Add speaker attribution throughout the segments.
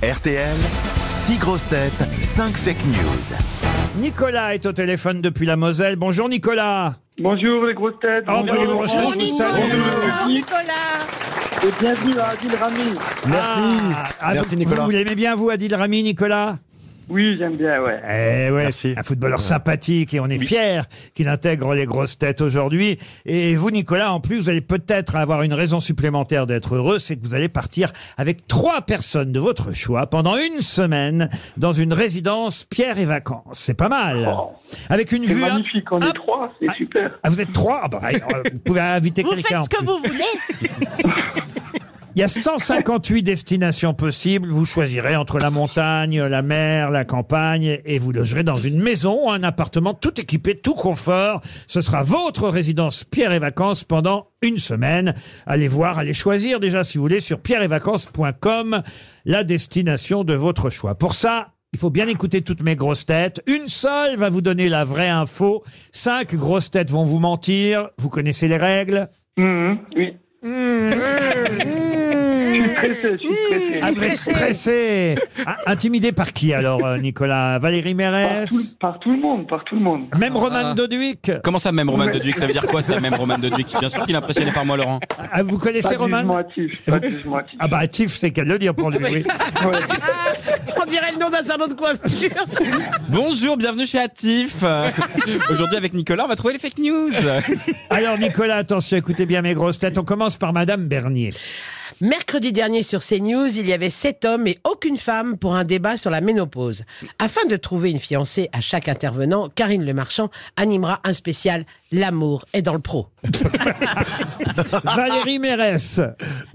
Speaker 1: RTL, 6 grosses têtes, 5 fake news.
Speaker 2: Nicolas est au téléphone depuis la Moselle. Bonjour Nicolas.
Speaker 3: Bonjour les grosses têtes.
Speaker 2: Oh, bah, les grosses têtes,
Speaker 3: Bonjour,
Speaker 2: je
Speaker 3: les
Speaker 2: vous
Speaker 3: grosses têtes.
Speaker 2: salue.
Speaker 3: Bonjour, l'équipe. Et bienvenue à Adil Rami.
Speaker 2: Merci.
Speaker 4: Merci, Nicolas.
Speaker 2: Ah, Vous, vous l'aimez bien vous, Adil Rami, Nicolas
Speaker 3: Oui, j'aime bien, ouais.
Speaker 2: Eh ouais,
Speaker 4: Merci.
Speaker 2: un footballeur sympathique et on est fier qu'il intègre les grosses têtes aujourd'hui. Et vous, Nicolas, en plus, vous allez peut-être avoir une raison supplémentaire d'être heureux, c'est que vous allez partir avec trois personnes de votre choix pendant une semaine dans une résidence Pierre et Vacances. C'est pas mal.
Speaker 3: Oh.
Speaker 2: Avec une
Speaker 3: C'est
Speaker 2: vue. hein.
Speaker 3: magnifique, on est
Speaker 2: Hop.
Speaker 3: trois, c'est super.
Speaker 2: Ah, vous êtes trois Ah bah, alors, Vous pouvez inviter
Speaker 5: Vous
Speaker 2: quelqu'un.
Speaker 5: faites
Speaker 2: en
Speaker 5: ce que
Speaker 2: plus.
Speaker 5: vous voulez.
Speaker 2: Il y a 158 destinations possibles. Vous choisirez entre la montagne, la mer, la campagne et vous logerez dans une maison ou un appartement tout équipé, tout confort. Ce sera votre résidence Pierre et Vacances pendant une semaine. Allez voir, allez choisir déjà si vous voulez sur pierreetvacances.com la destination de votre choix. Pour ça, il faut bien écouter toutes mes grosses têtes. Une seule va vous donner la vraie info. Cinq grosses têtes vont vous mentir. Vous connaissez les règles. Mmh.
Speaker 3: Mhm, oui. Je suis pressé, je suis pressé.
Speaker 2: Ah, vous êtes stressé. Ah, Intimidé par qui alors, euh, Nicolas Valérie
Speaker 3: Par tout,
Speaker 2: Mérès
Speaker 3: par tout le Ah. monde, par tout le monde.
Speaker 2: Même Roman Doduic
Speaker 6: Comment ça, même Roman de Duc Ça veut dire quoi, ça, même Roman de Duc Bien sûr qu'il est impressionné par moi, Laurent.
Speaker 2: Ah, Vous
Speaker 3: Pas
Speaker 2: connaissez
Speaker 3: de jugement
Speaker 2: Roman
Speaker 3: hâtif, pas de jugement hâtif.
Speaker 2: Ah bah, Tiff, c'est qu'à le dire pour
Speaker 3: Ah,
Speaker 2: lui. oui.
Speaker 3: Ouais.
Speaker 5: On dirait le nom d'un salon de coiffure.
Speaker 6: Bonjour, bienvenue chez Atif. Euh, Aujourd'hui, avec Nicolas, on va trouver les fake news.
Speaker 2: Alors, Nicolas, attention, écoutez bien mes grosses têtes. On commence par Madame Bernier.
Speaker 5: Mercredi dernier sur CNews, il y avait sept hommes et aucune femme pour un débat sur la ménopause. Afin de trouver une fiancée à chaque intervenant, Karine Le Marchand animera un spécial L'amour est dans le pro.
Speaker 2: Valérie Mérès.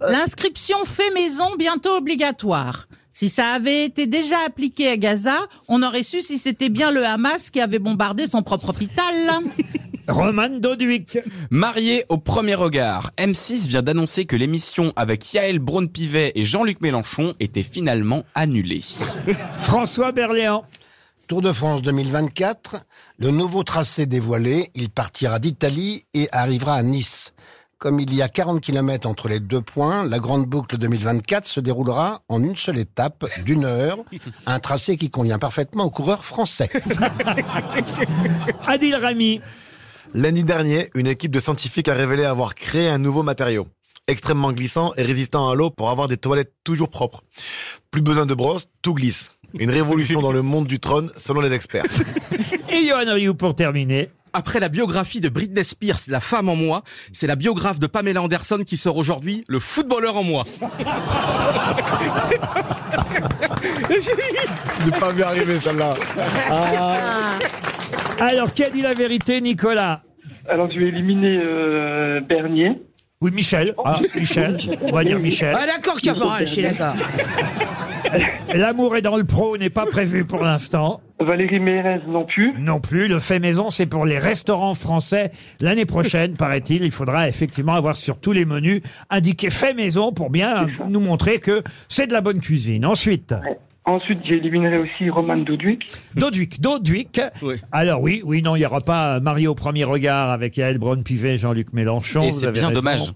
Speaker 7: L'inscription fait maison bientôt obligatoire. Si ça avait été déjà appliqué à Gaza, on aurait su si c'était bien le Hamas qui avait bombardé son propre hôpital.
Speaker 2: Roman Doduic.
Speaker 6: Marié au premier regard, M6 vient d'annoncer que l'émission avec Yael Braun-Pivet et Jean-Luc Mélenchon était finalement annulée.
Speaker 2: François Berléand.
Speaker 8: Tour de France 2024, le nouveau tracé dévoilé, il partira d'Italie et arrivera à Nice. Comme il y a 40 km entre les deux points, la grande boucle 2024 se déroulera en une seule étape d'une heure, un tracé qui convient parfaitement aux coureurs français.
Speaker 2: Adil Rami.
Speaker 4: L'année dernière, une équipe de scientifiques a révélé avoir créé un nouveau matériau, extrêmement glissant et résistant à l'eau pour avoir des toilettes toujours propres. Plus besoin de brosse, tout glisse. Une révolution dans le monde du trône, selon les experts.
Speaker 2: Et Johan Rioux pour terminer.
Speaker 9: Après la biographie de Britney Spears, La femme en moi, c'est la biographe de Pamela Anderson qui sort aujourd'hui, Le footballeur en moi.
Speaker 4: J'ai pas vu arriver celle-là.
Speaker 2: Alors, qui a dit la vérité, Nicolas
Speaker 3: Alors je vais éliminer euh, Bernier.
Speaker 2: Oui, Michel. Ah, Michel. On va dire Michel.
Speaker 5: Ah d'accord, caporal, je suis d'accord.
Speaker 2: L'amour est dans le pro n'est pas prévu pour l'instant.
Speaker 3: Valérie Mérez non plus.
Speaker 2: Non plus. Le fait maison, c'est pour les restaurants français. L'année prochaine, paraît-il, il faudra effectivement avoir sur tous les menus indiqué fait maison pour bien nous montrer que c'est de la bonne cuisine. Ensuite,
Speaker 3: Ensuite, j'éliminerai aussi Roman Doduic.
Speaker 2: Doduic. Doduic.
Speaker 9: Oui.
Speaker 2: Alors oui, oui, non, il n'y aura pas Mario au premier regard avec Yael Braun-Pivet et Jean-Luc Mélenchon.
Speaker 6: Et
Speaker 2: Vous
Speaker 6: c'est
Speaker 2: avez
Speaker 6: bien
Speaker 2: raison.
Speaker 6: dommage.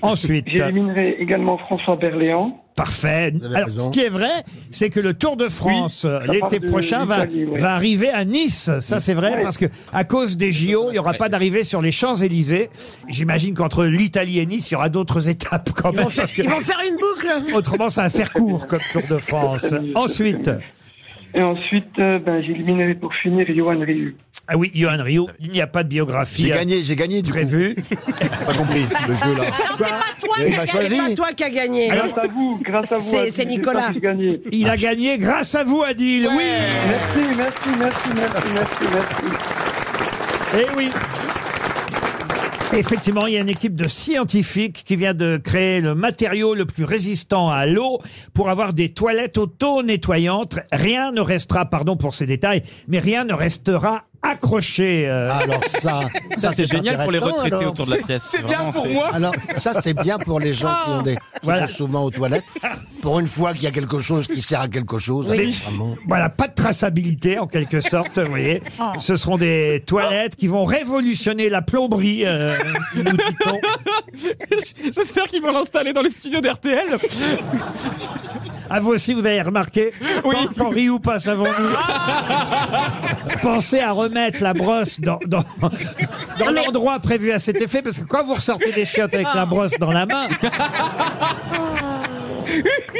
Speaker 2: Ensuite,
Speaker 3: J'éliminerai également François Berléand.
Speaker 2: parfait.
Speaker 8: avez
Speaker 2: Alors,
Speaker 8: raison.
Speaker 2: ce qui est vrai, c'est que le Tour de France euh,
Speaker 3: ça
Speaker 2: l'été
Speaker 3: parle de
Speaker 2: prochain va,
Speaker 3: l'Italie, ouais.
Speaker 2: va arriver à Nice. Ça, c'est vrai,
Speaker 3: Ouais.
Speaker 2: parce que à cause des JO, il n'y aura pas d'arrivée sur les Champs-Élysées. J'imagine qu'entre l'Italie et Nice, il y aura d'autres étapes quand
Speaker 5: Ils
Speaker 2: même.
Speaker 5: vont faire,
Speaker 2: parce que
Speaker 5: ils vont faire une boucle.
Speaker 2: Autrement, ça va faire court comme Tour de France. Ensuite,
Speaker 3: Et ensuite, euh, ben, j'éliminerai pour finir Johan Rieu.
Speaker 2: ah oui, Johan Rio, il n'y a pas de biographie
Speaker 4: J'ai
Speaker 2: euh,
Speaker 4: gagné, j'ai gagné du coup.
Speaker 2: prévue.
Speaker 4: J'ai Pas compris le jeu là.
Speaker 5: Alors, c'est pas
Speaker 8: Eh,
Speaker 5: toi
Speaker 4: Il
Speaker 5: qui
Speaker 4: m'a
Speaker 5: a gagné,
Speaker 4: choisi.
Speaker 5: c'est pas toi qui a gagné.
Speaker 3: Grâce à vous, grâce à vous.
Speaker 5: C'est-
Speaker 3: à tous,
Speaker 5: c'est
Speaker 3: j'ai
Speaker 5: Nicolas.
Speaker 3: pas pu gagner.
Speaker 2: Il a gagné grâce à vous, Adil. Oui.
Speaker 3: Ah, Merci, merci, merci, merci, merci, merci.
Speaker 2: Eh oui Effectivement, il y a une équipe de scientifiques qui vient de créer le matériau le plus résistant à l'eau pour avoir des toilettes auto-nettoyantes. Rien ne restera, pardon pour ces détails, mais rien ne restera accroché. euh,
Speaker 3: Ah,
Speaker 8: Alors ça,
Speaker 6: Ça, c'est
Speaker 8: pas
Speaker 6: génial pour les
Speaker 8: intéressant,
Speaker 6: retraités
Speaker 8: alors.
Speaker 6: autour de la pièce.
Speaker 9: C'est bien
Speaker 6: Vraiment,
Speaker 9: pour
Speaker 6: c'est-
Speaker 9: moi.
Speaker 8: Alors ça c'est bien pour les gens qui ont des qui
Speaker 2: Voilà.
Speaker 8: vont souvent aux toilettes. Pour une fois qu'il y a quelque chose qui sert à quelque chose, vraiment.
Speaker 2: Voilà, pas de traçabilité en quelque sorte, vous voyez. Ce seront des toilettes qui vont révolutionner la plomberie, euh, nous dit-on.
Speaker 6: J'espère qu'ils vont l'installer dans les studios d'RTL.
Speaker 2: Ah, vous aussi, vous avez remarqué Oui. Quand, Ryu passe avant nous. Pensez à remettre la brosse dans, dans, dans l'endroit prévu à cet effet, parce que quand vous ressortez des chiottes avec la brosse dans la main,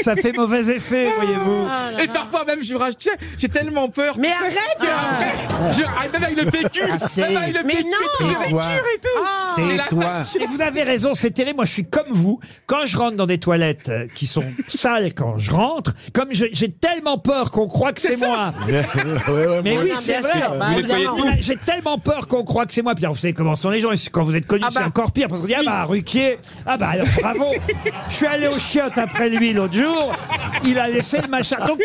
Speaker 2: ça fait mauvais effet, voyez-vous.
Speaker 9: Et parfois même, je rage- tiens, j'ai tellement peur.
Speaker 5: Oh Mais arrête
Speaker 9: que après, je- ah, même avec le PQ,
Speaker 8: Assez.
Speaker 9: même avec le
Speaker 5: Mais
Speaker 9: PQ,
Speaker 5: non
Speaker 9: j'ai
Speaker 8: Tais-toi.
Speaker 9: les cures et tout.
Speaker 2: Ah,
Speaker 9: J'ai la
Speaker 8: Tais-toi.
Speaker 9: face-
Speaker 2: Et vous avez raison, c'est télé. Moi, je suis comme vous. Quand je rentre dans des toilettes euh, qui sont sales quand je rentre, comme je- j'ai tellement peur qu'on croit que c'est moi.
Speaker 4: Ouais, ouais,
Speaker 2: Mais
Speaker 4: moi
Speaker 2: oui,
Speaker 5: Non,
Speaker 2: c'est
Speaker 5: bien sûr,
Speaker 2: vrai.
Speaker 5: bah, Vous nettoyez évidemment. tout.
Speaker 2: J'ai tellement peur qu'on croit que c'est moi. Puis alors, vous savez comment sont les gens. Et Quand vous êtes connu,
Speaker 5: Ah bah.
Speaker 2: c'est encore pire. Parce qu'on dit, ah bah, Ruquier, ah bah, alors, bravo. Je suis allé au chiottes après lui l'autre jour. Il a laissé le machin. Donc,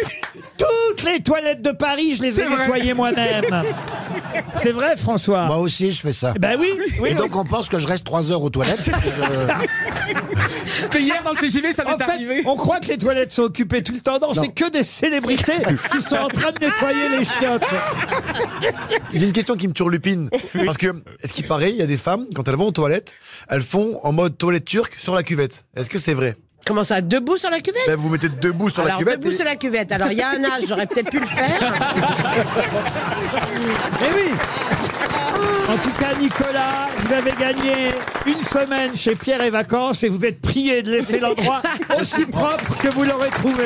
Speaker 2: toutes les toilettes de Paris, je les ai nettoyées moi-même. C'est vrai, François.
Speaker 8: Moi aussi, je fais ça.
Speaker 2: Ben oui, oui.
Speaker 8: Bah, Et donc, on pense que je reste trois heures aux toilettes. Je-
Speaker 9: Mais hier dans le TGV, ça
Speaker 2: En
Speaker 9: m'est
Speaker 2: fait,
Speaker 9: arrivé.
Speaker 2: on croit que les toilettes sont occupées tout le temps. Non,
Speaker 8: Euh,
Speaker 2: c'est que des célébrités qui sont en train de nettoyer les chiottes.
Speaker 4: Il y a une question qui me turlupine. Parce que, est-ce qu'il paraît, il y a des femmes, quand elles vont aux toilettes, elles font en mode toilette turque sur la cuvette. Est-ce que c'est vrai
Speaker 5: Comment ça, debout sur la cuvette
Speaker 4: Là, Vous vous mettez debout sur
Speaker 5: Alors,
Speaker 4: la cuvette.
Speaker 5: debout
Speaker 4: et-
Speaker 5: sur la cuvette. Alors, il y a un âge, j'aurais peut-être pu le faire.
Speaker 2: Eh oui En tout cas, Nicolas, vous avez gagné une semaine chez Pierre et Vacances et vous êtes prié de laisser l'endroit aussi propre que vous l'aurez trouvé.